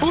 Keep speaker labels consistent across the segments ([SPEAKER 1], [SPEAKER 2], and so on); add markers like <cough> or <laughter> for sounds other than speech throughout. [SPEAKER 1] 不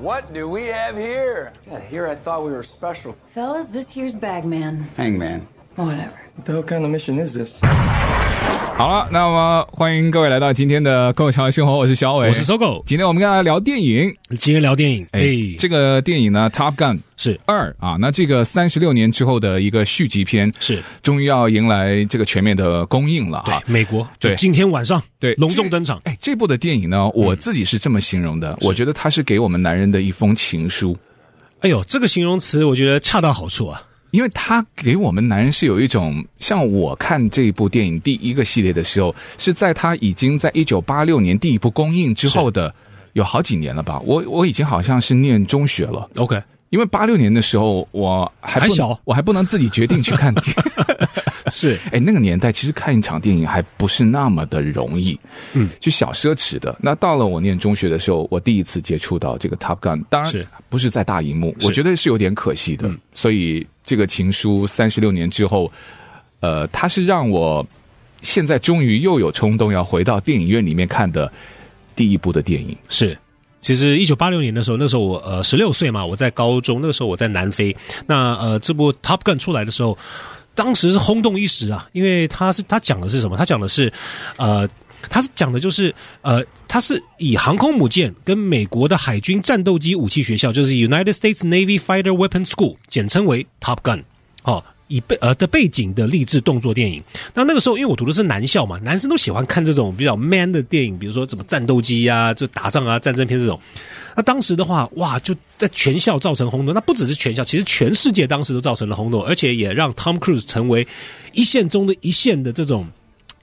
[SPEAKER 2] What do we have here? God, here I thought we were special.
[SPEAKER 3] Fellas, this here's Bagman.
[SPEAKER 4] Hangman，
[SPEAKER 3] Whatever.
[SPEAKER 2] What the hell kind of mission is this?
[SPEAKER 5] 好了，那么欢迎各位来到今天的《购桥生活》，我是小伟，
[SPEAKER 6] 我是搜狗，
[SPEAKER 5] 今天我们跟大家聊电影，
[SPEAKER 6] 今天聊电影，哎，
[SPEAKER 5] 这个电影呢，《Top Gun》
[SPEAKER 6] 是
[SPEAKER 5] 二啊，那这个三十六年之后的一个续集片，
[SPEAKER 6] 是
[SPEAKER 5] 终于要迎来这个全面的公映了哈。
[SPEAKER 6] 美国，
[SPEAKER 5] 对
[SPEAKER 6] 就今天晚上
[SPEAKER 5] 对，
[SPEAKER 6] 隆重登场
[SPEAKER 5] 这。哎，这部的电影呢，我自己是这么形容的，我觉得它是给我们男人的一封情书，
[SPEAKER 6] 哎呦，这个形容词我觉得恰到好处啊。
[SPEAKER 5] 因为它给我们男人是有一种，像我看这部电影第一个系列的时候，是在它已经在一九八六年第一部公映之后的有好几年了吧，我我已经好像是念中学了。
[SPEAKER 6] OK，
[SPEAKER 5] 因为八六年的时候，我还不
[SPEAKER 6] 还小
[SPEAKER 5] 我还不能自己决定去看电影。
[SPEAKER 6] <laughs> 是
[SPEAKER 5] 哎，那个年代其实看一场电影还不是那么的容易，嗯，就小奢侈的。那到了我念中学的时候，我第一次接触到这个 Top Gun，当然
[SPEAKER 6] 是
[SPEAKER 5] 不是在大荧幕，我
[SPEAKER 6] 是
[SPEAKER 5] 觉得是有嗯点可惜的。所以这个情书三十六年之后，呃，它是让我现在终于又有冲动要回到电影院里面看的第一部的电影。
[SPEAKER 6] 是。其实，一九八六年的时候，那时候我呃十六岁嘛，我在高中，那个时候我在南非。那呃，这部《Top Gun》出来的时候，当时是轰动一时啊，因为他是他讲的是什么？他讲的是，呃，他是讲的就是呃，他是以航空母舰跟美国的海军战斗机武器学校，就是 United States Navy Fighter Weapon School，简称为 Top Gun，哦。以背呃的背景的励志动作电影，那那个时候因为我读的是男校嘛，男生都喜欢看这种比较 man 的电影，比如说什么战斗机啊、这打仗啊、战争片这种。那当时的话，哇，就在全校造成轰动。那不只是全校，其实全世界当时都造成了轰动，而且也让 Tom Cruise 成为一线中的一线的这种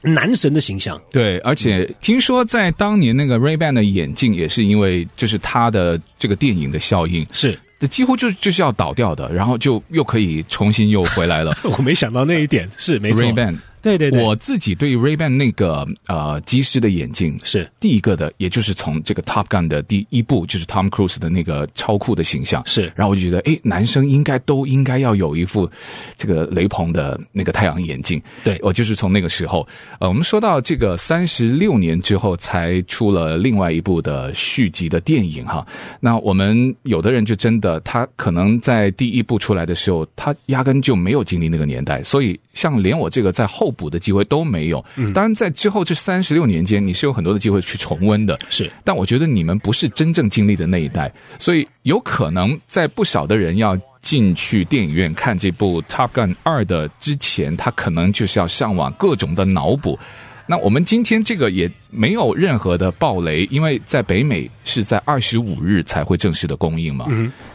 [SPEAKER 6] 男神的形象。
[SPEAKER 5] 对，而且听说在当年那个 Ray Ban 的眼镜也是因为就是他的这个电影的效应，
[SPEAKER 6] 是
[SPEAKER 5] 几乎就就是要倒掉的，然后就又可以重新又回来了。
[SPEAKER 6] 我没想到那一点，是没错。
[SPEAKER 5] Ray Ban，
[SPEAKER 6] 对 <laughs> 对对，
[SPEAKER 5] 我自己对 Ray Ban 那个呃机师的眼镜
[SPEAKER 6] 是
[SPEAKER 5] 第一个的，也就是从这个 Top Gun 的第一部，就是 Tom Cruise 的那个超酷的形象
[SPEAKER 6] 是
[SPEAKER 5] 然后我就觉得，哎，男生应该都应该要有一副这个雷朋的那个太阳眼镜。
[SPEAKER 6] 对
[SPEAKER 5] 我就是从那个时候，呃，我们说到这个三十六年之后才出了另外一部的续集的电影哈。那我们有的人就真的，他可能在第一部出来的时候，他压根就没有经历那个年代，所以像连我这个在后补的机会都没有。
[SPEAKER 6] 嗯
[SPEAKER 5] 当然，在之后这三十六年间，你是有很多的机会去重温的。
[SPEAKER 6] 是
[SPEAKER 5] 但我觉得你们不是真正经历的那一代，所以有可能在不少的人要进去电影院看这部《Top Gun 二》的之前，他可能就是要上网各种的脑补。那我们今天这个也没有任何的暴雷，因为在北美是在二十五日才会正式的公映嘛。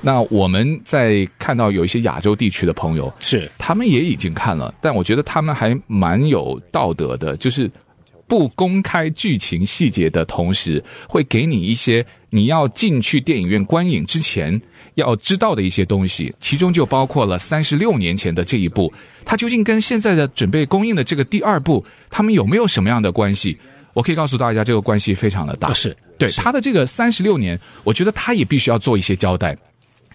[SPEAKER 5] 那我们在看到有一些亚洲地区的朋友，
[SPEAKER 6] 是
[SPEAKER 5] 他们也已经看了，但我觉得他们还蛮有道德的，就是不公开剧情细节的同时，会给你一些你要进去电影院观影之前要知道的一些东西，其中就包括了三十六年前的这一部，它究竟跟现在的准备公映的这个第二部，他们有没有什么样的关系？我可以告诉大家，这个关系非常的大。
[SPEAKER 6] 啊是
[SPEAKER 5] 对他的这个三十六年，我觉得他也必须要做一些交代，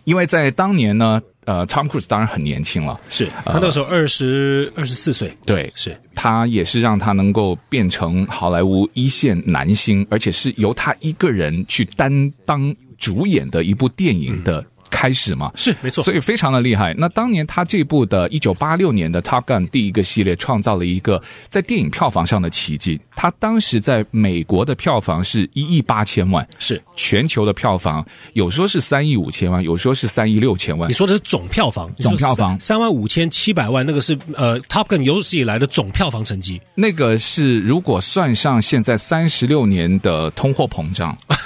[SPEAKER 5] 因为在当年呢，呃，Tom Cruise 当然很年轻了，
[SPEAKER 6] 是，他那个时候二十二十四岁，
[SPEAKER 5] 呃对，
[SPEAKER 6] 是
[SPEAKER 5] 他也是让他能够变成好莱坞一线男星，而且是由他一个人去担当主演的一部电影的开始嘛。
[SPEAKER 6] 是嗯没错。
[SPEAKER 5] 所以非常的厉害。那当年他这部的1986年的《Top Gun》第一个系列，创造了一个在电影票房上的奇迹。他当时在美国的票房是一亿八千万，
[SPEAKER 6] 是
[SPEAKER 5] 全球的票房有说是三亿五千万，有说是三亿六千万
[SPEAKER 6] 你。说的是总票房，
[SPEAKER 5] 总票房
[SPEAKER 6] 三万五千七百万，那个是呃 Top Gun 有史以来的总票房成绩。
[SPEAKER 5] 那个是如果算上现在三十六年的通货膨胀， <laughs>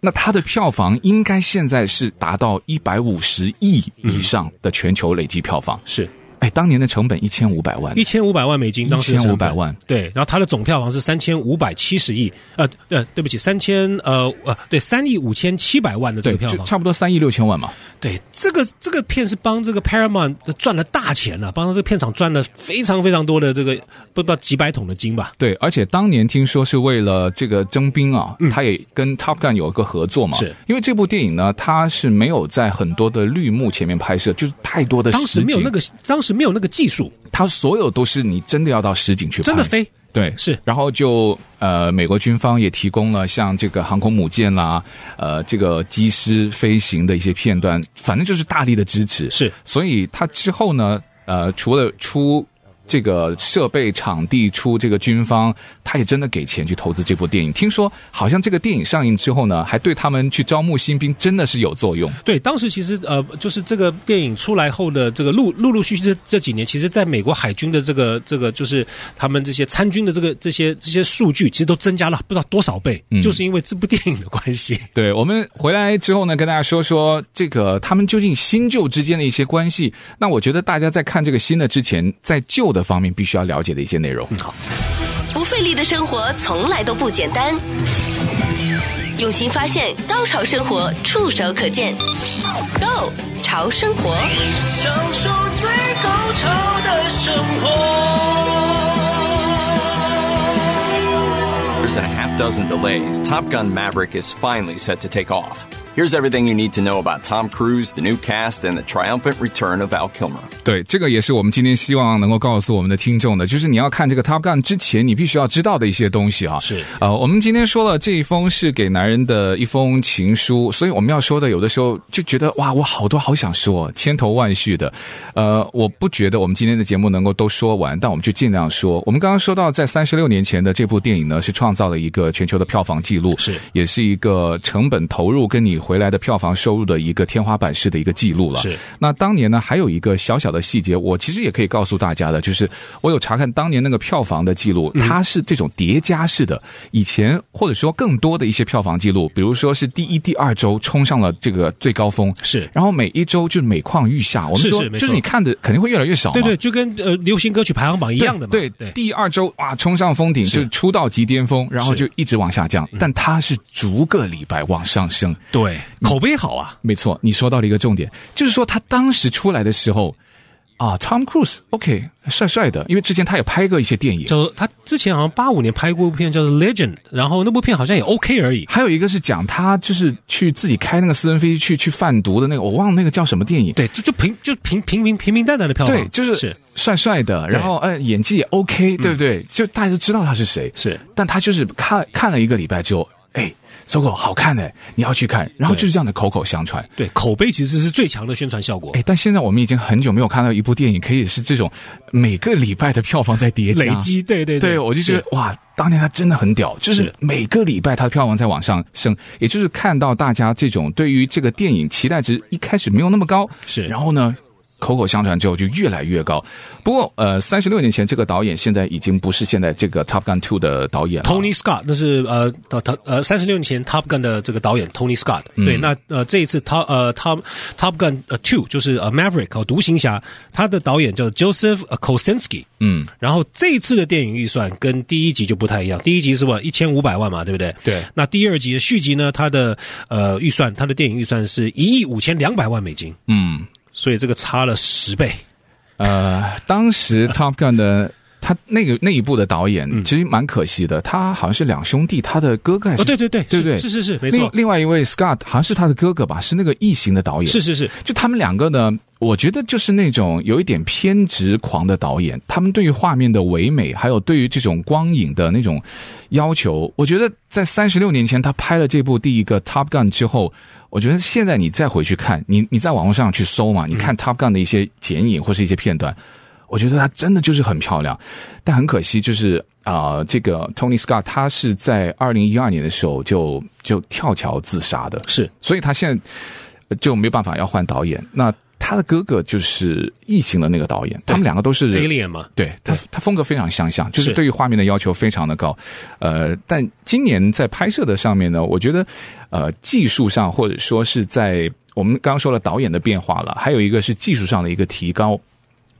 [SPEAKER 5] 那它的票房应该现在是达到一百五十亿以上的全球累计票房。
[SPEAKER 6] 是
[SPEAKER 5] 哎、哎，当年的成本一千五百万，
[SPEAKER 6] 一千五百万美金，当时的成本
[SPEAKER 5] 1500万，
[SPEAKER 6] 对，然后它的总票房是三千五百七十亿，呃呃，对不起，三千呃呃，对，三亿五千七百万的这
[SPEAKER 5] 对，
[SPEAKER 6] 个票
[SPEAKER 5] 就
[SPEAKER 6] 房，
[SPEAKER 5] 差不多三亿六千万嘛。
[SPEAKER 6] 对，这个这个片是帮这个 Paramount 赚了大钱了、帮这个片场赚了非常非常多的这个不知道几百桶的金吧，
[SPEAKER 5] 对，而且当年听说是为了这个征兵啊，他也跟 Top Gun 有一个合作嘛。
[SPEAKER 6] 嗯是
[SPEAKER 5] 因为这部电影呢，它是没有在很多的绿幕前面拍摄，就是太多的
[SPEAKER 6] 当时
[SPEAKER 5] 实
[SPEAKER 6] 没有
[SPEAKER 5] 景，
[SPEAKER 6] 那个当时没有那个技术，
[SPEAKER 5] 它所有都是你真的要到实景去拍，
[SPEAKER 6] 真的飞，
[SPEAKER 5] 对，
[SPEAKER 6] 是
[SPEAKER 5] 然后就呃，美国军方也提供了像这个航空母舰啦，呃，这个机师飞行的一些片段，反正就是大力的支持。
[SPEAKER 6] 是
[SPEAKER 5] 所以他之后呢，呃，除了出这个设备、场地、出这个军方，他也真的给钱去投资这部电影。听说好像这个电影上映之后呢，还对他们去招募新兵真的是有作用。
[SPEAKER 6] 对，当时其实呃，就是这个电影出来后的这个陆陆陆续续这这几年，其实在美国海军的这个这个就是他们这些参军的这个这些这些数据，其实都增加了不知道多少倍，
[SPEAKER 5] 嗯
[SPEAKER 6] 就是因为这部电影的关系。
[SPEAKER 5] 对我们回来之后呢，跟大家说说这个他们究竟新旧之间的一些关系。那我觉得大家在看这个新的之前，在旧的方面必须要了解的一些内容。好，
[SPEAKER 1] 不费力的生活从来都不简单，用心发现，高潮生活触手可见 g 潮生活。
[SPEAKER 7] 享受最高潮的生活。
[SPEAKER 4] There's a half dozen delays. Top Gun Maverick is finally set to take off. Here's everything you need to know about Tom Cruise, the new cast, and the triumphant return of Val Kilmer.
[SPEAKER 5] 对，这个也是我们今天希望能够告诉我们的听众的，就是你要看这个 Top Gun 之前，你必须要知道的一些东西啊。
[SPEAKER 6] 是
[SPEAKER 5] 呃，我们今天说了这一封是给男人的一封情书，所以我们要说的，有的时候就觉得哇，我好多好想说，千头万绪的。呃，我不觉得我们今天的节目能够都说完，但我们就尽量说。我们刚刚说到，在三十六年前的这部电影呢，是创造了一个全球的票房记录，
[SPEAKER 6] 是
[SPEAKER 5] 也是一个成本投入跟你回来的票房收入的一个天花板式的一个记录了。
[SPEAKER 6] 是
[SPEAKER 5] 那当年呢，还有一个小小的细节，我其实也可以告诉大家的，就是我有查看当年那个票房的记录，它是这种叠加式的。以前或者说更多的一些票房记录，比如说是第一、第二周冲上了这个最高峰，
[SPEAKER 6] 是
[SPEAKER 5] 然后每一周就每况愈下。我们
[SPEAKER 6] 是
[SPEAKER 5] 说，
[SPEAKER 6] 是没错
[SPEAKER 5] 就是你看的肯定会越来越少嘛。
[SPEAKER 6] 对对，就跟呃流行歌曲排行榜一样的嘛。
[SPEAKER 5] 对
[SPEAKER 6] 对
[SPEAKER 5] 第二周哇，冲上峰顶
[SPEAKER 6] 是
[SPEAKER 5] 就出到极巅峰，然后
[SPEAKER 6] 是嗯
[SPEAKER 5] 就一直往下降，但它是逐个礼拜往上升。
[SPEAKER 6] 对，口碑好啊。
[SPEAKER 5] 没错，你说到了一个重点，就是说他当时出来的时候啊，Tom Cruise，OK，、帅帅的，因为之前他也拍过一些电影，
[SPEAKER 6] 叫做他之前好像八五年拍过一部片叫做《Legend》，然后那部片好像也 OK 而已。
[SPEAKER 5] 还有一个是讲他就是去自己开那个私人飞机去去贩毒的那个，我忘了那个叫什么电影。
[SPEAKER 6] 对，就就平就平平平平平淡淡的票房，
[SPEAKER 5] 对，就是
[SPEAKER 6] 是嗯
[SPEAKER 5] 帅帅的，然后呃演技也 OK，对不对？就大家都知道他是谁，
[SPEAKER 6] 是
[SPEAKER 5] 但他就是看看了一个礼拜之后，哎，搜狗好看哎，你要去看，然后就是这样的口口相传。
[SPEAKER 6] 对口碑其实是最强的宣传效果。
[SPEAKER 5] 哎，但现在我们已经很久没有看到一部电影可以是这种每个礼拜的票房在叠加
[SPEAKER 6] 累积，对对
[SPEAKER 5] 对，我就觉
[SPEAKER 6] 是
[SPEAKER 5] 得哇，当年他真的很屌，就是
[SPEAKER 6] 是
[SPEAKER 5] 每个礼拜他的票房在往上升，也就是看到大家这种对于这个电影期待值一开始没有那么高，
[SPEAKER 6] 是
[SPEAKER 5] 然后呢。口口相传之后就越来越高，不过呃，三十六年前这个导演现在已经不是现在这个《Top Gun Two》的导演了。
[SPEAKER 6] Tony Scott，那是呃，他他呃，三十六年前 Top Gun 的这个导演 Tony Scott，、对，
[SPEAKER 5] 嗯
[SPEAKER 6] 那呃，这一次他呃，Top Top Gun 呃 Two 就是呃 Maverick 哦，独行侠，他的导演叫 Joseph Kosinski，
[SPEAKER 5] 嗯，
[SPEAKER 6] 然后这一次的电影预算跟第一集就不太一样，第一集是吧一千五百万嘛，对不对？
[SPEAKER 5] 对
[SPEAKER 6] 那第二集的续集呢，它的呃预算，它的电影预算是一亿五千两百万美金，嗯，所以这个差了十倍，
[SPEAKER 5] 呃，当
[SPEAKER 6] <laughs>
[SPEAKER 5] 时 Top Gun 的他那个那一部的导演、
[SPEAKER 6] 嗯
[SPEAKER 5] 其实蛮可惜的，他好像是两兄弟，他的哥哥还是、
[SPEAKER 6] 哦对对对
[SPEAKER 5] 对不对
[SPEAKER 6] 是是是是没错
[SPEAKER 5] 另另外一位 Scott 好像是他的哥哥吧，是那个异形的导演。
[SPEAKER 6] 是是是，
[SPEAKER 5] 就他们两个呢，我觉得就是那种有一点偏执狂的导演，他们对于画面的唯美，还有对于这种光影的那种要求，我觉得在三十六年前他拍了这部第一个《Top Gun》之后，我觉得现在你再回去看，你你在网络上去搜嘛，你看《Top Gun》的一些剪影或是一些片段，我觉得她真的就是很漂亮，但很可惜就是啊、这个 Tony Scott 他是在二零一二年的时候就就跳桥自杀的，
[SPEAKER 6] 是
[SPEAKER 5] 所以他现在就没办法要换导演。那他的哥哥就是《异形》的那个导演，他们两个都是
[SPEAKER 6] Alien 嘛，
[SPEAKER 5] 对他，他风格非常相像，就是
[SPEAKER 6] 是
[SPEAKER 5] 对于画面的要求非常的高。呃，但今年在拍摄的上面呢，我觉得，呃，技术上或者说是在我们刚刚说了导演的变化了，还有一个是技术上的一个提高。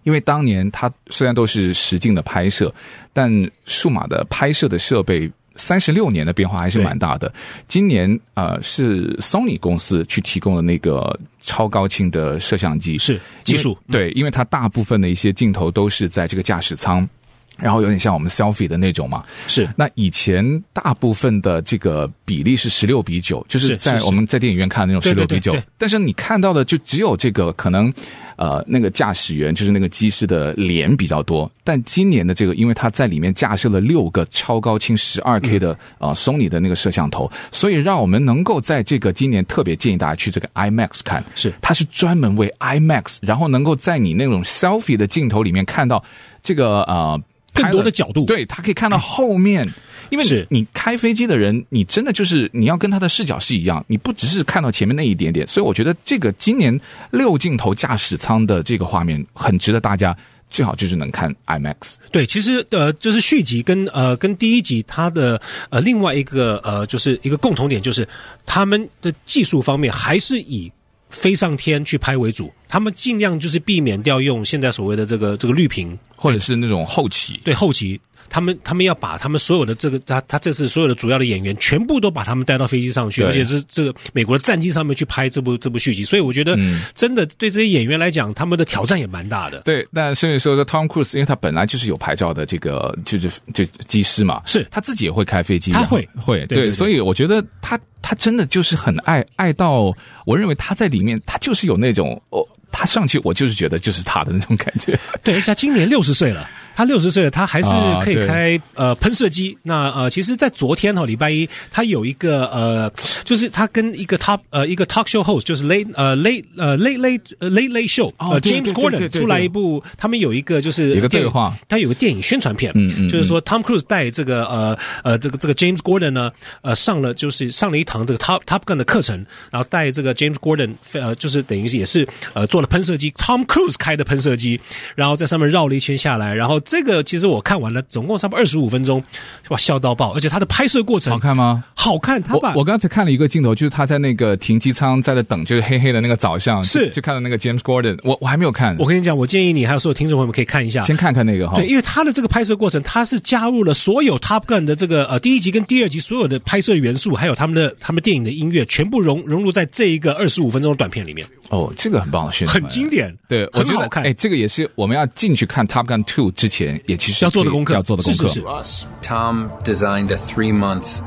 [SPEAKER 5] 因为当年它虽然都是实境的拍摄，但数码的拍摄的设备。三十六年的变化还是蛮大的。今年呃是 Sony 公司去提供的那个超高清的摄像机，
[SPEAKER 6] 是技术嗯
[SPEAKER 5] 因为对，因为它大部分的一些镜头都是在这个驾驶舱，然后有点像我们 selfie 的那种嘛。
[SPEAKER 6] 是
[SPEAKER 5] 那以前大部分的这个比例是十六比九，就是
[SPEAKER 6] 是
[SPEAKER 5] 在
[SPEAKER 6] 是
[SPEAKER 5] 我们在电影院看的那种
[SPEAKER 6] 对
[SPEAKER 5] 十六
[SPEAKER 6] 对对
[SPEAKER 5] 比九
[SPEAKER 6] 对，
[SPEAKER 5] 但是你看到的就只有这个可能，呃，那个驾驶员就是那个机师的脸比较多。但今年的这个，因为它在里面架设了六个超高清十二
[SPEAKER 6] 嗯
[SPEAKER 5] K 的、呃 Sony 的那个摄像头，所以让我们能够在这个今年特别建议大家去这个 IMAX 看，
[SPEAKER 6] 是
[SPEAKER 5] 它是专门为 IMAX，然后能够在你那种 selfie 的镜头里面看到这个呃。
[SPEAKER 6] 更多的
[SPEAKER 5] pilot
[SPEAKER 6] 角度
[SPEAKER 5] 对他可以看到后面，因为你
[SPEAKER 6] 是
[SPEAKER 5] 你开飞机的人，你真的就是你要跟他的视角是一样，你不只是看到前面那一点点。所以我觉得这个今年六镜头驾驶舱的这个画面很值得大家。最好就是能看 IMAX，
[SPEAKER 6] 对，其实呃，就是续集跟呃跟第一集它的呃另外一个呃就是一个共同点，就是他们的技术方面还是以飞上天去拍为主，他们尽量就是避免掉用现在所谓的这个这个绿屏
[SPEAKER 5] 或者是那种后期，
[SPEAKER 6] 对后期，他们他们要把他们所有的这个他他这次所有的主要的演员全部都把他们带到飞机上去，
[SPEAKER 5] 对
[SPEAKER 6] 而且是这个美国的战机上面去拍这部这部续集，所以我觉得真的对这些演员来讲，他们的挑战也蛮大的。
[SPEAKER 5] 嗯对，但甚至说说 Tom Cruise，因为他本来就是有牌照的这个就是就机师嘛，
[SPEAKER 6] 是
[SPEAKER 5] 他自己也会开飞机，
[SPEAKER 6] 他
[SPEAKER 5] 然后
[SPEAKER 6] 会
[SPEAKER 5] 会
[SPEAKER 6] 对对对
[SPEAKER 5] 所以我觉得他他真的就是很爱爱到，我认为他在里面他就是有那种哦，他上去我就是觉得就是他的那种感觉，
[SPEAKER 6] <laughs> 对，而且他今年六十岁了，他六十岁了，他还是
[SPEAKER 5] 啊
[SPEAKER 6] 可以
[SPEAKER 5] 对
[SPEAKER 6] 开、呃喷射机。那呃，其实，在昨天哈、礼拜一，他有一个呃，就是他跟一个 top 呃一个 talk show host，就是 late 呃 late 呃 late late 呃 late late show
[SPEAKER 5] 哦
[SPEAKER 6] 呃
[SPEAKER 5] 对
[SPEAKER 6] James
[SPEAKER 5] 对对对
[SPEAKER 6] Corden
[SPEAKER 5] 对
[SPEAKER 6] 出来一部，他们有一个就是
[SPEAKER 5] 有一个
[SPEAKER 6] 电影
[SPEAKER 5] 对话，
[SPEAKER 6] 他有个电影宣传片，
[SPEAKER 5] 嗯嗯
[SPEAKER 6] 就是说 Tom Cruise 带这个呃呃这个这个 James Gordon 呢，呃上了就是上了一堂这个 Top Top Gun 的课程，然后带这个 James Gordon 呃就是等于是也是呃做了喷射机，Tom Cruise 开的喷射机，然后在上面绕了一圈下来，然后这个其实我看完了，总共差不多二十五分钟，哇笑到爆，而且他的拍摄过程
[SPEAKER 5] 好看吗？
[SPEAKER 6] 好看，他把
[SPEAKER 5] 我我刚才看了一个镜头，就是他在那个停机舱在那等，就是黑黑的那个早上，
[SPEAKER 6] 是
[SPEAKER 5] 就就看到那个 James Gordon，我我还没有看，
[SPEAKER 6] 我跟你讲，我建议你还有所有听众朋友们可以看一下，
[SPEAKER 5] 先看看那个哈。
[SPEAKER 6] 对，因为他的这个拍摄过程，他是加入了所有 Top Gun 的这个呃第一集跟第二集所有的拍摄元素，还有他们的他们电影的音乐，全部融融入在这一个二十五分钟的短片里面，
[SPEAKER 5] 哦，这个很棒的宣传，
[SPEAKER 6] 很经典，
[SPEAKER 5] 对，我
[SPEAKER 6] 很
[SPEAKER 5] 觉得
[SPEAKER 6] 好看。
[SPEAKER 5] 哎，这个也是我们要进去看 Top Gun Two 之前，也其实
[SPEAKER 6] 要做的功课
[SPEAKER 5] 要做的功课。
[SPEAKER 6] 是是是
[SPEAKER 8] Tom designed a three month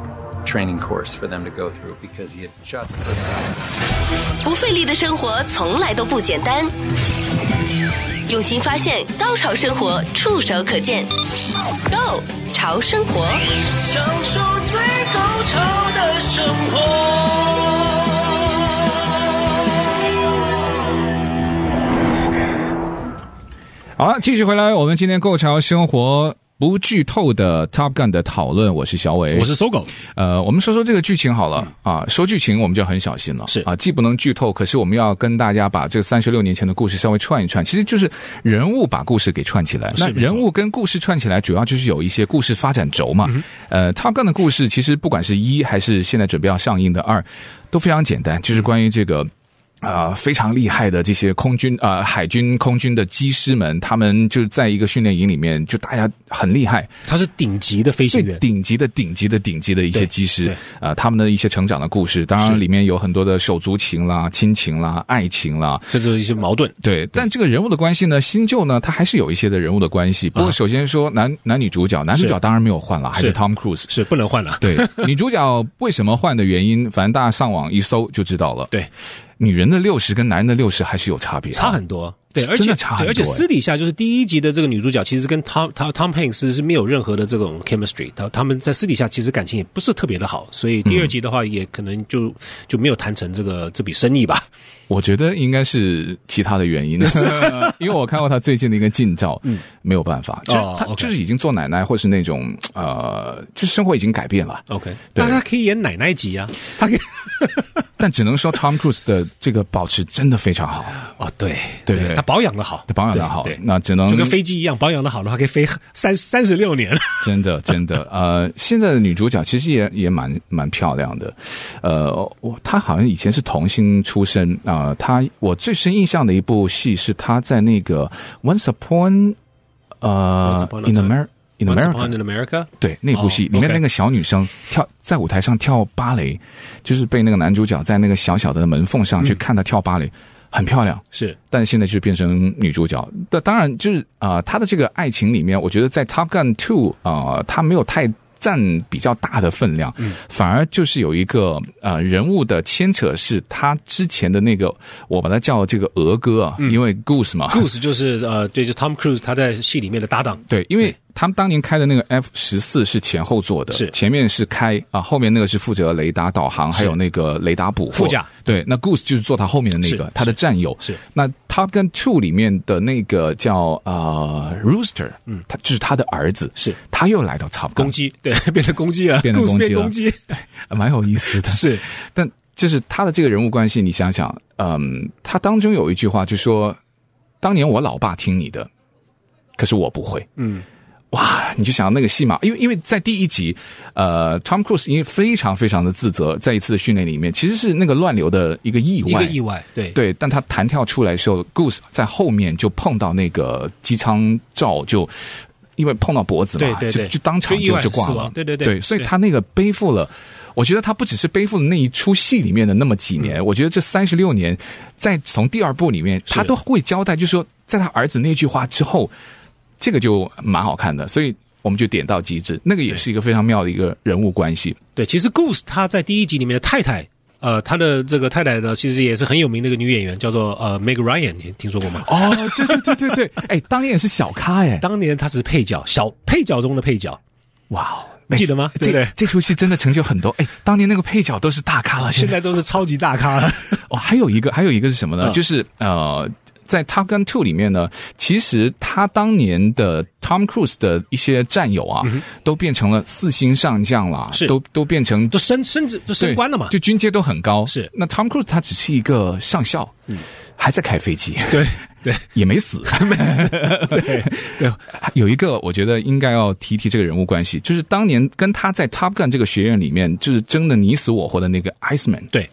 [SPEAKER 8] training course for them to go through because he had shot the first guy.
[SPEAKER 1] 不费力的生活从来都不简单。用心发现，高潮生活触手可见 Go 潮生活，
[SPEAKER 7] 享受最高潮的生活。
[SPEAKER 5] 好了，继续回来，我们今天购潮生活不剧透的 Top Gun 的讨论，我是小伟，
[SPEAKER 6] 我是搜狗，
[SPEAKER 5] 呃，我们说说这个剧情好了啊，说剧情我们就要很小心了，
[SPEAKER 6] 嗯是
[SPEAKER 5] 啊，既不能剧透，可是我们要跟大家把这三十六年前的故事稍微串一串，其实就是人物把故事给串起来。
[SPEAKER 6] 是没
[SPEAKER 5] 那
[SPEAKER 6] 错
[SPEAKER 5] 人物跟故事串起来，主要就是有一些故事发展轴
[SPEAKER 6] 嗯
[SPEAKER 5] 嘛。呃，Top Gun 的故事其实不管是一还是现在准备要上映的二，都非常简单，
[SPEAKER 6] 嗯
[SPEAKER 5] 就是关于这个。啊、非常厉害的这些空军啊、呃海军空军的机师们，他们就在一个训练营里面，就大家很厉害，
[SPEAKER 6] 他是顶级的飞
[SPEAKER 5] 最
[SPEAKER 6] 行员，
[SPEAKER 5] 顶级的、顶级的、顶级的一些
[SPEAKER 6] 对
[SPEAKER 5] 技师
[SPEAKER 6] 对
[SPEAKER 5] 啊、呃他们的一些成长的故事，当
[SPEAKER 6] 是
[SPEAKER 5] 然里面有很多的手足情啦、亲情啦、爱情啦。
[SPEAKER 6] 这就是一些矛盾。
[SPEAKER 5] 对，但这个人物的关系呢，新旧呢，它还是有一些的人物的关
[SPEAKER 6] 啊
[SPEAKER 5] 系。不过，首先说男、男女主角，男主角当然没有换了，还是
[SPEAKER 6] 是 <laughs>
[SPEAKER 5] Tom Cruise。
[SPEAKER 6] 是不能换了，
[SPEAKER 5] 对，女主角为什么换的原因，反正大家上网一搜就知道了。
[SPEAKER 6] 对，
[SPEAKER 5] 女人的六十跟男人的六十还是有差别、啊
[SPEAKER 6] 差很。多。对，而
[SPEAKER 5] 真
[SPEAKER 6] 且
[SPEAKER 5] 的差很
[SPEAKER 6] 对而且
[SPEAKER 5] 多哎
[SPEAKER 6] 私底下就是第一集的这个女主角，其实跟 Tom Tom Tom Hanks 是没有任何的这种 chemistry，他他们在私底下其实感情也不是特别的好，所以第二集的话也可能就就没有谈成这个这笔生意吧。
[SPEAKER 5] 我觉得应该是其他的
[SPEAKER 6] <laughs>
[SPEAKER 5] 原因，因为我看过他最近的一个近照，没有办法，就是
[SPEAKER 6] 嗯哦
[SPEAKER 5] 他
[SPEAKER 6] OK
[SPEAKER 5] 就是已经做奶奶，或是那种呃，就是生活已经改变了。
[SPEAKER 6] OK，
[SPEAKER 5] 对
[SPEAKER 6] 那他可以演奶奶级啊，他可以
[SPEAKER 5] 但只能说 Tom Cruise 的这个保持真的非常好，
[SPEAKER 6] 哦，对
[SPEAKER 5] 对对
[SPEAKER 6] 他保养的好，
[SPEAKER 5] 保养的好
[SPEAKER 6] 对，对
[SPEAKER 5] 那只能
[SPEAKER 6] 就跟飞机一样，保养的好的话，可以飞三三十六年。
[SPEAKER 5] 真的，真的，呃，现在的女主角其实也也蛮蛮漂亮的，呃，我她好像以前是童星出身啊、呃她我最深印象的一部戏是她在那个《Once Upon》呃
[SPEAKER 6] Once Upon a
[SPEAKER 5] ，In
[SPEAKER 6] Time
[SPEAKER 5] America。In
[SPEAKER 6] Once
[SPEAKER 5] America，
[SPEAKER 6] upon in America，
[SPEAKER 5] 对那部戏、
[SPEAKER 6] 哦
[SPEAKER 5] 里面
[SPEAKER 6] OK
[SPEAKER 5] 那个小女生跳在舞台上跳芭蕾，就是被那个男主角在那个小小的门缝上
[SPEAKER 6] 嗯
[SPEAKER 5] 去看她跳芭蕾，很漂亮。
[SPEAKER 6] 是
[SPEAKER 5] 但现在就变成女主角。但当然就是啊、呃，她的这个爱情里面，我觉得在《Top Gun Two、呃》啊，她没有太占比较大的分量，
[SPEAKER 6] 嗯
[SPEAKER 5] 反而就是有一个呃人物的牵扯是她之前的那个，我把它叫这个鹅哥啊，因为 Goose 嘛
[SPEAKER 6] 嗯 Goose 就是呃，对，就 Tom Cruise 他在戏里面的搭档，
[SPEAKER 5] 对，因为他们当年开的那个 F 十四是前后座的，
[SPEAKER 6] 是
[SPEAKER 5] 前面是开啊，后面那个是负责雷达导航，还有那个雷达捕获
[SPEAKER 6] 副驾。
[SPEAKER 5] 对，那 Goose 就是坐他后面的那个
[SPEAKER 6] 是，
[SPEAKER 5] 他的战友
[SPEAKER 6] 是
[SPEAKER 5] 那 Top Gun Two 里面的那个叫呃 Rooster，嗯，他就是他的儿子，
[SPEAKER 6] 是
[SPEAKER 5] 他又来到 Top Gun，
[SPEAKER 6] 公鸡，对， <laughs> 变成公鸡了
[SPEAKER 5] 啊
[SPEAKER 6] 啊
[SPEAKER 5] 变成
[SPEAKER 6] ，Goose
[SPEAKER 5] 公鸡
[SPEAKER 6] 变
[SPEAKER 5] 了
[SPEAKER 6] 公
[SPEAKER 5] <laughs>
[SPEAKER 6] 鸡，
[SPEAKER 5] 呃蛮有意思的。
[SPEAKER 6] 是，
[SPEAKER 5] 但就是他的这个人物关系，你想想，嗯，他当中有一句话就说：“当年我老爸听你的，可是我不会。”嗯。哇，你就想那个戏码，因为因为在第一集，呃，Tom Cruise 因为非常非常的自责，在一次的训练里面，其实是那个乱流的一个意
[SPEAKER 6] 一
[SPEAKER 5] 外，
[SPEAKER 6] 个意外，对，
[SPEAKER 5] 对，但他弹跳出来的时候，Goose 在后面就碰到那个机舱罩，就因为碰到脖子嘛，
[SPEAKER 6] 对对对
[SPEAKER 5] 就就当场
[SPEAKER 6] 就意
[SPEAKER 5] 就
[SPEAKER 6] 外
[SPEAKER 5] 就挂
[SPEAKER 6] 死
[SPEAKER 5] 了
[SPEAKER 6] 亡，对对
[SPEAKER 5] 对
[SPEAKER 6] 对
[SPEAKER 5] 所以
[SPEAKER 6] 对
[SPEAKER 5] 他那个背负了。我觉得他不只是背负了那一出戏里面的那么几
[SPEAKER 6] 嗯
[SPEAKER 5] 年，我觉得这三十六年，在从第二部里面，他都会交代，就是说，在他儿子那句话之后，这个就蛮好看的，所以我们就点到极致，那个也是一个非常妙的一个人物关系。
[SPEAKER 6] 对，其实 Goose 他在第一集里面的太太，呃，他的这个太太呢，其实也是很有名的一个女演员，叫做呃 Meg Ryan，你听说过吗？
[SPEAKER 5] 哦，对对对对对， <laughs> 哎，当年也是小咖哎，
[SPEAKER 6] 当年她只是配角，小配角中的配角，
[SPEAKER 5] 哇哦，
[SPEAKER 6] 记得吗
[SPEAKER 5] 这
[SPEAKER 6] 对不对
[SPEAKER 5] 这出戏真的成就很多。哎，当年那个配角都是大咖了， <laughs> 现
[SPEAKER 6] 现
[SPEAKER 5] 在
[SPEAKER 6] 在都是超级大咖了。
[SPEAKER 5] 哦，还有一个，还有一个是什么呢？
[SPEAKER 6] 嗯
[SPEAKER 5] 就是呃。在《Top Gun 2》里面呢，其实他当年的 Tom Cruise 的一些战友啊，都变成了四星上将了，
[SPEAKER 6] 嗯是
[SPEAKER 5] 都都变成
[SPEAKER 6] <laughs> 都升升职都升官了嘛
[SPEAKER 5] 对？就军阶都很高。
[SPEAKER 6] 是嗯
[SPEAKER 5] 那 Tom Cruise 他只是一个上校，还在开飞机， <laughs>
[SPEAKER 6] 对对
[SPEAKER 5] 也没死。
[SPEAKER 6] 对对，
[SPEAKER 5] <laughs> 有一个，我觉得应该要提提这个人物关系，就是当年跟他在 Top Gun 这个学院里面，就是争的你死我活的那个 Iceman，
[SPEAKER 6] 对，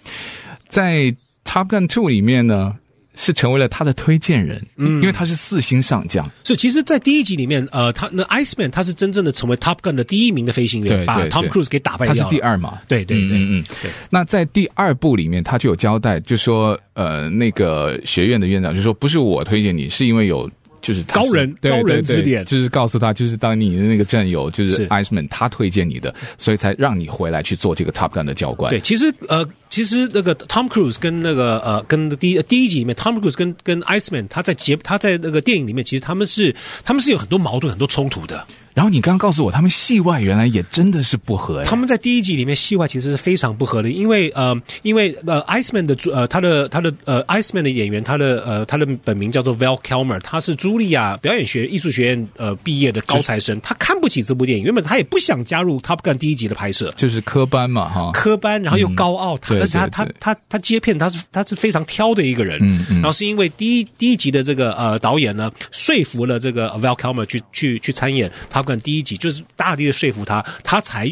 [SPEAKER 5] 在 Top Gun Two 里面呢，是成为了他的推荐人，嗯，因为他是四星上将，
[SPEAKER 6] 所以其实，在第一集里面，呃，他那 Iceman 他是真正的成为 Top Gun 的第一名的飞行员，把 Tom Cruise 给打败
[SPEAKER 5] 他
[SPEAKER 6] 掉
[SPEAKER 5] 是
[SPEAKER 6] 了。
[SPEAKER 5] 第二嘛，
[SPEAKER 6] 对对对
[SPEAKER 5] 嗯嗯
[SPEAKER 6] 对
[SPEAKER 5] 那在第二部里面，他就有交代，就说呃，那个学院的院长就说，不是我推荐你，是因为有。就是他是
[SPEAKER 6] 高人
[SPEAKER 5] 对
[SPEAKER 6] 高人
[SPEAKER 5] 对
[SPEAKER 6] 指
[SPEAKER 5] 对
[SPEAKER 6] 点
[SPEAKER 5] 就是告诉他，就是当你的那个战友，就是
[SPEAKER 6] 是
[SPEAKER 5] Iceman，他推荐你的，所以才让你回来去做这个 Top Gun 的教官。
[SPEAKER 6] 对，其实呃，其实那个 Tom Cruise 跟那个呃，跟第第一集里面 Tom Cruise 跟跟 Iceman 他在节他在那个电影里面，其实他们是他们是有很多矛盾、很多冲突的。
[SPEAKER 5] 然后你刚刚告诉我，他们戏外原来也真的是不合哎
[SPEAKER 6] 他们在第一集里面戏外其实是非常不合的，因为呃，因为呃，Iceman 的主呃，他的他的呃，Iceman 的演员，他的呃，他的本名叫做 Val Kilmer，他是茱莉亚表演学艺术学院呃毕业的高材生，他看不起这部电影，原本他也不想加入 Top Gun 第一集的拍摄。
[SPEAKER 5] 就是科班嘛哈，
[SPEAKER 6] 科班，然后又高傲，他
[SPEAKER 5] 嗯对
[SPEAKER 6] 而且他
[SPEAKER 5] 对
[SPEAKER 6] 他
[SPEAKER 5] 对
[SPEAKER 6] 他他接片，他是他是非常挑的一个人。
[SPEAKER 5] 嗯嗯
[SPEAKER 6] 然后是因为第一第一集的这个呃导演呢，说服了这个呃 Val Kilmer 去去去参演 Top Gun 第一集，就是大力的说服他，他才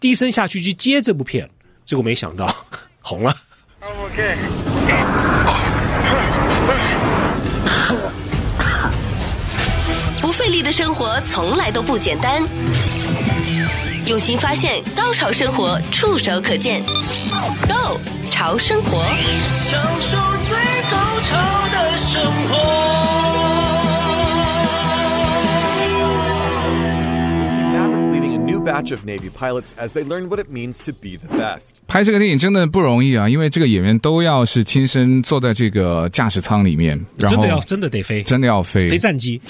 [SPEAKER 6] 低声下去去接这部片，结果没想到 <laughs> 红了。
[SPEAKER 1] 不费力的生活从来都不简单。用心发现，高潮生活触手可见 Go 潮生活，
[SPEAKER 7] 享受最高潮的生活。
[SPEAKER 9] We'll see Maverick leading a new batch of Navy pilots as they learn what it means to be the best.
[SPEAKER 5] 拍这个电影真的不容易啊，因为这个演员都要是亲身坐在这个驾驶舱里面，然
[SPEAKER 6] 真
[SPEAKER 5] 后
[SPEAKER 6] 的要真的得飞，
[SPEAKER 5] 真的要飞
[SPEAKER 6] 飞战机，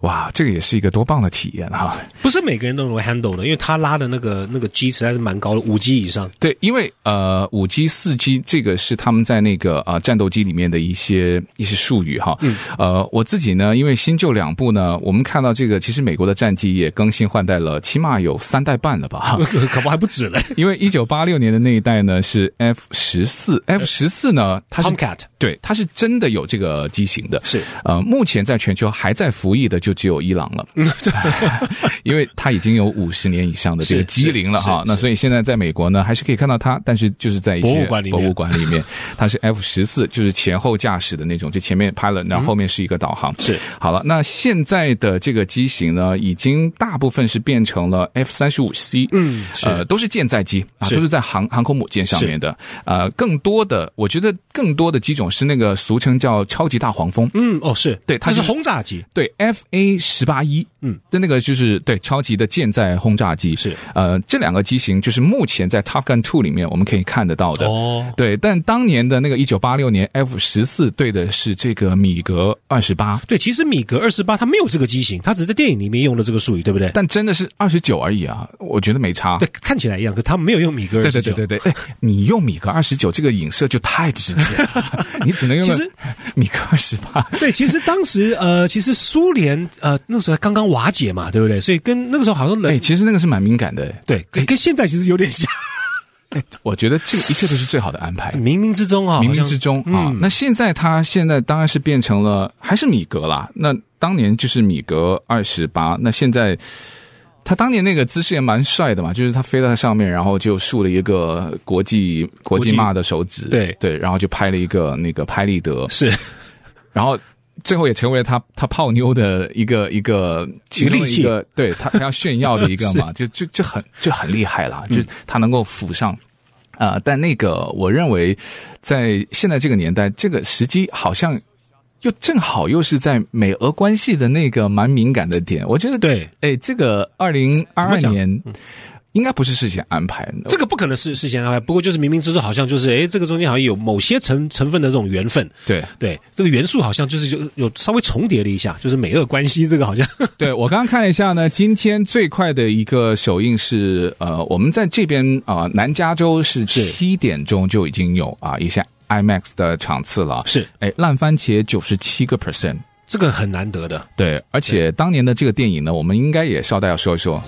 [SPEAKER 5] 哇，这个也是一个多棒的体验哈、
[SPEAKER 6] 不是每个人都能够 handle 的，因为他拉的那个那个 G 实在是蛮高的，五 G 以上。 <laughs>
[SPEAKER 5] 对，因为呃，五 G、四 G 这个是他们在那个啊、呃、战斗机里面的一些一些术语哈。嗯。呃，我自己呢，因为新旧两部呢，我们看到这个，其实美国的战机也更新换代了，起码有三代半了吧。
[SPEAKER 6] <laughs>
[SPEAKER 5] 哈
[SPEAKER 6] 可不还不止嘞。
[SPEAKER 5] 因为一九八六年的那一代呢是 F 十四，F 十四呢它是
[SPEAKER 6] Tomcat
[SPEAKER 5] 对，它是真的有这个机型的。
[SPEAKER 6] 是
[SPEAKER 5] 呃，目前在全球还在服役的就只有伊朗
[SPEAKER 6] <laughs>
[SPEAKER 5] 了，因为它已经有五十年以上的这个
[SPEAKER 6] 是
[SPEAKER 5] 机龄了
[SPEAKER 6] 是
[SPEAKER 5] 哈
[SPEAKER 6] 是。
[SPEAKER 5] 那所以现在在美国呢，还是可以看到它，但是就是在一些
[SPEAKER 6] 博物馆里面
[SPEAKER 5] 博物馆里面，它是 F 十四，就是前后驾驶的那种，就前面 pilot，然后后面是一个导航。
[SPEAKER 6] 是
[SPEAKER 5] 好了，那现在的这个机型呢，已经大部分是变成了 F 三十五 C，
[SPEAKER 6] 嗯是
[SPEAKER 5] 呃，都是舰载机啊，
[SPEAKER 6] 是
[SPEAKER 5] 都是在航航空母舰上面的。呃，更多的，我觉得更多的机种是那个俗称叫超级大黄蜂，
[SPEAKER 6] 嗯，哦，是
[SPEAKER 5] 对它
[SPEAKER 6] 它是
[SPEAKER 5] 就是
[SPEAKER 6] 轰炸机，
[SPEAKER 5] 对 F A 十八一，
[SPEAKER 6] 嗯，
[SPEAKER 5] 的那个就是对超级的舰载轰炸机
[SPEAKER 6] 是
[SPEAKER 5] 呃，这两个机型就是目前在 Top Gun Two 里面我们可以看得到的
[SPEAKER 6] 哦
[SPEAKER 5] 对，但当年的那个一九八六年 F 十四对的是这个米格二十八，
[SPEAKER 6] 对，其实米格二十八它没有这个机型，它只是在电影里面用的这个术语，对不对？
[SPEAKER 5] 但真的是二十九而已啊，我觉得没差。
[SPEAKER 6] 对，看起来一样，可他们没有用米格二
[SPEAKER 5] 对
[SPEAKER 6] 十
[SPEAKER 5] 对
[SPEAKER 6] 九。
[SPEAKER 5] 对对对，哎，你用米格二十九这个影射就太直
[SPEAKER 6] <laughs>
[SPEAKER 5] 接了，你只能用
[SPEAKER 6] 其实
[SPEAKER 5] 米格二十八。
[SPEAKER 6] 对，其实当时呃，其实苏联呃那时候刚刚瓦解嘛，对不对？所以跟那个时候好像冷、
[SPEAKER 5] 哎，其实那哎个是蛮敏感的，
[SPEAKER 6] 对，跟跟现在其实有点像，
[SPEAKER 5] 我觉得这个一切都是最好的安排。
[SPEAKER 6] 冥冥之中啊，
[SPEAKER 5] <laughs> 冥
[SPEAKER 6] 好
[SPEAKER 5] 冥
[SPEAKER 6] 像
[SPEAKER 5] 之中啊、那现在它现在当然是变成了还是米格啦。那当年就是米格二十八，那现在他当年那个姿势也蛮帅的嘛，就是他飞到它上面，然后就竖了一个国际国
[SPEAKER 6] 国
[SPEAKER 5] 际
[SPEAKER 6] 际
[SPEAKER 5] 骂的手指，
[SPEAKER 6] 对
[SPEAKER 5] 对，然后就拍了一个那个拍立得，
[SPEAKER 6] 是
[SPEAKER 5] 然后最后也成为了他他泡妞的一个一个其中的一个对他他要炫耀的一个 <laughs> 嘛，就就就很嗯就很厉害了，就他能够扶上。啊，但那个我认为，在现在这个年代，这个时机好像又正好又是在美俄关系的那个蛮敏感的点，我觉得
[SPEAKER 6] 对，
[SPEAKER 5] 哎，这个二零二
[SPEAKER 6] 怎么
[SPEAKER 5] 二
[SPEAKER 6] 讲
[SPEAKER 5] 年应该不是事先安排，
[SPEAKER 6] 这个不可能是事先安排，不过就是冥冥之中好像就是，哎，这个中间好像有某些成成分的这种缘分，
[SPEAKER 5] 对
[SPEAKER 6] 对，这个元素好像就是有有稍微重叠了一下，就是美俄关系这个好像 <laughs>
[SPEAKER 5] 对我刚刚看了一下呢，今天最快的一个首映是呃，我们在这边啊、呃南加州是七点钟就已经有啊一些 IMAX 的场次了，
[SPEAKER 6] 是
[SPEAKER 5] 哎，烂番茄九十七个 percent，
[SPEAKER 6] 这个很难得的。
[SPEAKER 5] 对，而且当年的这个电影呢，我们应该也捎带要说一说。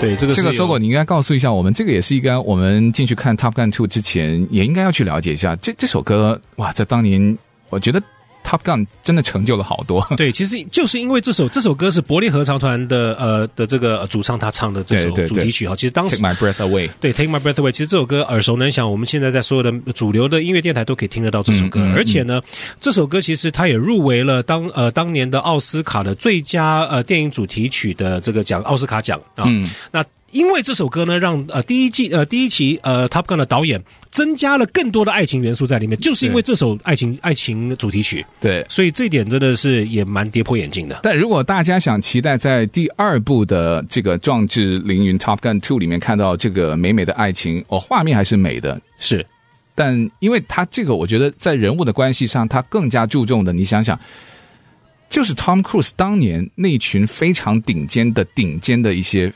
[SPEAKER 6] 对，这个
[SPEAKER 5] 这
[SPEAKER 6] 是
[SPEAKER 5] 个
[SPEAKER 6] 有
[SPEAKER 5] 搜狗，你应该告诉一下我们，这个也是应该我们进去看 Top Gun Two 之前，也应该要去了解一下这这首歌。哇，在当年，我觉得 Top Gun 真的成就了好 <laughs> 多。
[SPEAKER 6] 对，其实就是因为这首这首歌是柏林合唱团的呃的这个呃主唱他唱的这首
[SPEAKER 5] 对对对
[SPEAKER 6] 主题曲哈，其实当时
[SPEAKER 5] Take my breath away。
[SPEAKER 6] 对 Take My Breath Away，其实这首歌耳熟能详，我们现在在所有的主流的音乐电台都可以听得到这首歌，
[SPEAKER 5] 嗯嗯嗯
[SPEAKER 6] 而且呢，这首歌其实它也入围了当呃当年的奥斯卡的最佳呃电影主题曲的这个奖奥斯卡奖啊，
[SPEAKER 5] 嗯
[SPEAKER 6] 那。因为这首歌呢，让呃第一季呃第一期呃 Top Gun 的导演增加了更多的爱情元素在里面，就是因为这首爱情爱情主题曲，
[SPEAKER 5] 对
[SPEAKER 6] 所以这一点真的是也蛮跌破眼镜的。
[SPEAKER 5] 但如果大家想期待在第二部的这个《壮志凌云 Top Gun Two》里面看到这个美美的爱情，哦，画面还是美的。
[SPEAKER 6] 是
[SPEAKER 5] 但因为它这个，我觉得在人物的关系上，它更加注重的，你想想，就是 Tom Cruise 当年那群非常顶尖的顶尖的一些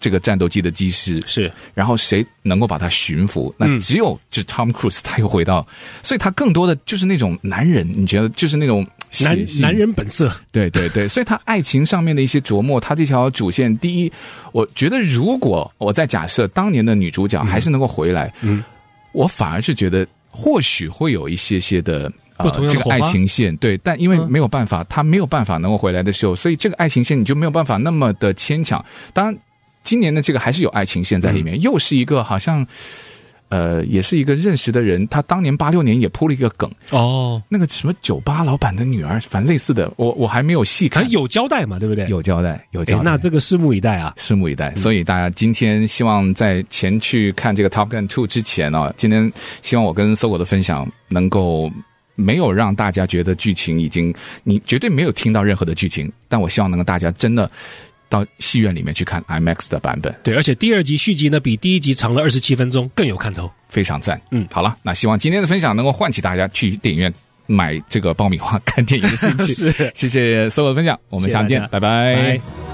[SPEAKER 5] 这个战斗机的机师，
[SPEAKER 6] 是，嗯
[SPEAKER 5] 然后谁能够把他驯服？那只有就是 Tom Cruise，他又回到，所以他更多的就是那种男人，你觉得就是那种
[SPEAKER 6] 男
[SPEAKER 5] 血性
[SPEAKER 6] 男人本色，
[SPEAKER 5] 对对对，所以他爱情上面的一些琢磨，他这条主线，第一，我觉得如果我在假设当年的女主角还是能够回来，嗯，我反而是觉得或许会有一些些的。
[SPEAKER 6] 不同
[SPEAKER 5] 呃，
[SPEAKER 6] 样的
[SPEAKER 5] 这个
[SPEAKER 6] 火花嗯
[SPEAKER 5] 爱情线对，但因为没有办法，他没有办法能够回来的时候，所以这个爱情线你就没有办法那么的牵强。当然，今年的这个还是有爱情线
[SPEAKER 6] 嗯
[SPEAKER 5] 在里面，又是一个好像，呃，也是一个认识的人，他当年八六年也铺了一个梗，
[SPEAKER 6] 哦，
[SPEAKER 5] 那个什么酒吧老板的女儿，反正类似的，我我还没有细
[SPEAKER 6] 可
[SPEAKER 5] 看
[SPEAKER 6] 能，啊有交代嘛，对不对？
[SPEAKER 5] 有交代，有
[SPEAKER 6] 哎
[SPEAKER 5] 交代。，
[SPEAKER 6] 那这个拭目以待啊。
[SPEAKER 5] 拭目以待。所以大家今天希望在前去看这个《Top Gun 2》之前呢、今天希望我跟搜狗的分享能够没有让大家觉得剧情已经，你绝对没有听到任何的剧情，但我希望能够大家真的。到戏院里面去看 IMAX 的版本，
[SPEAKER 6] 对，而且第二集续集呢比第一集长了二十七分钟，更有看头。
[SPEAKER 5] 非常赞。
[SPEAKER 6] 嗯
[SPEAKER 5] 好了，那希望今天的分享能够唤起大家去电影院
[SPEAKER 6] <laughs>
[SPEAKER 5] 买这个爆米花看电影的兴趣。谢谢 Solo 的分享，我们
[SPEAKER 6] 谢谢
[SPEAKER 5] 下次见，
[SPEAKER 6] 大家
[SPEAKER 5] 拜拜
[SPEAKER 6] 拜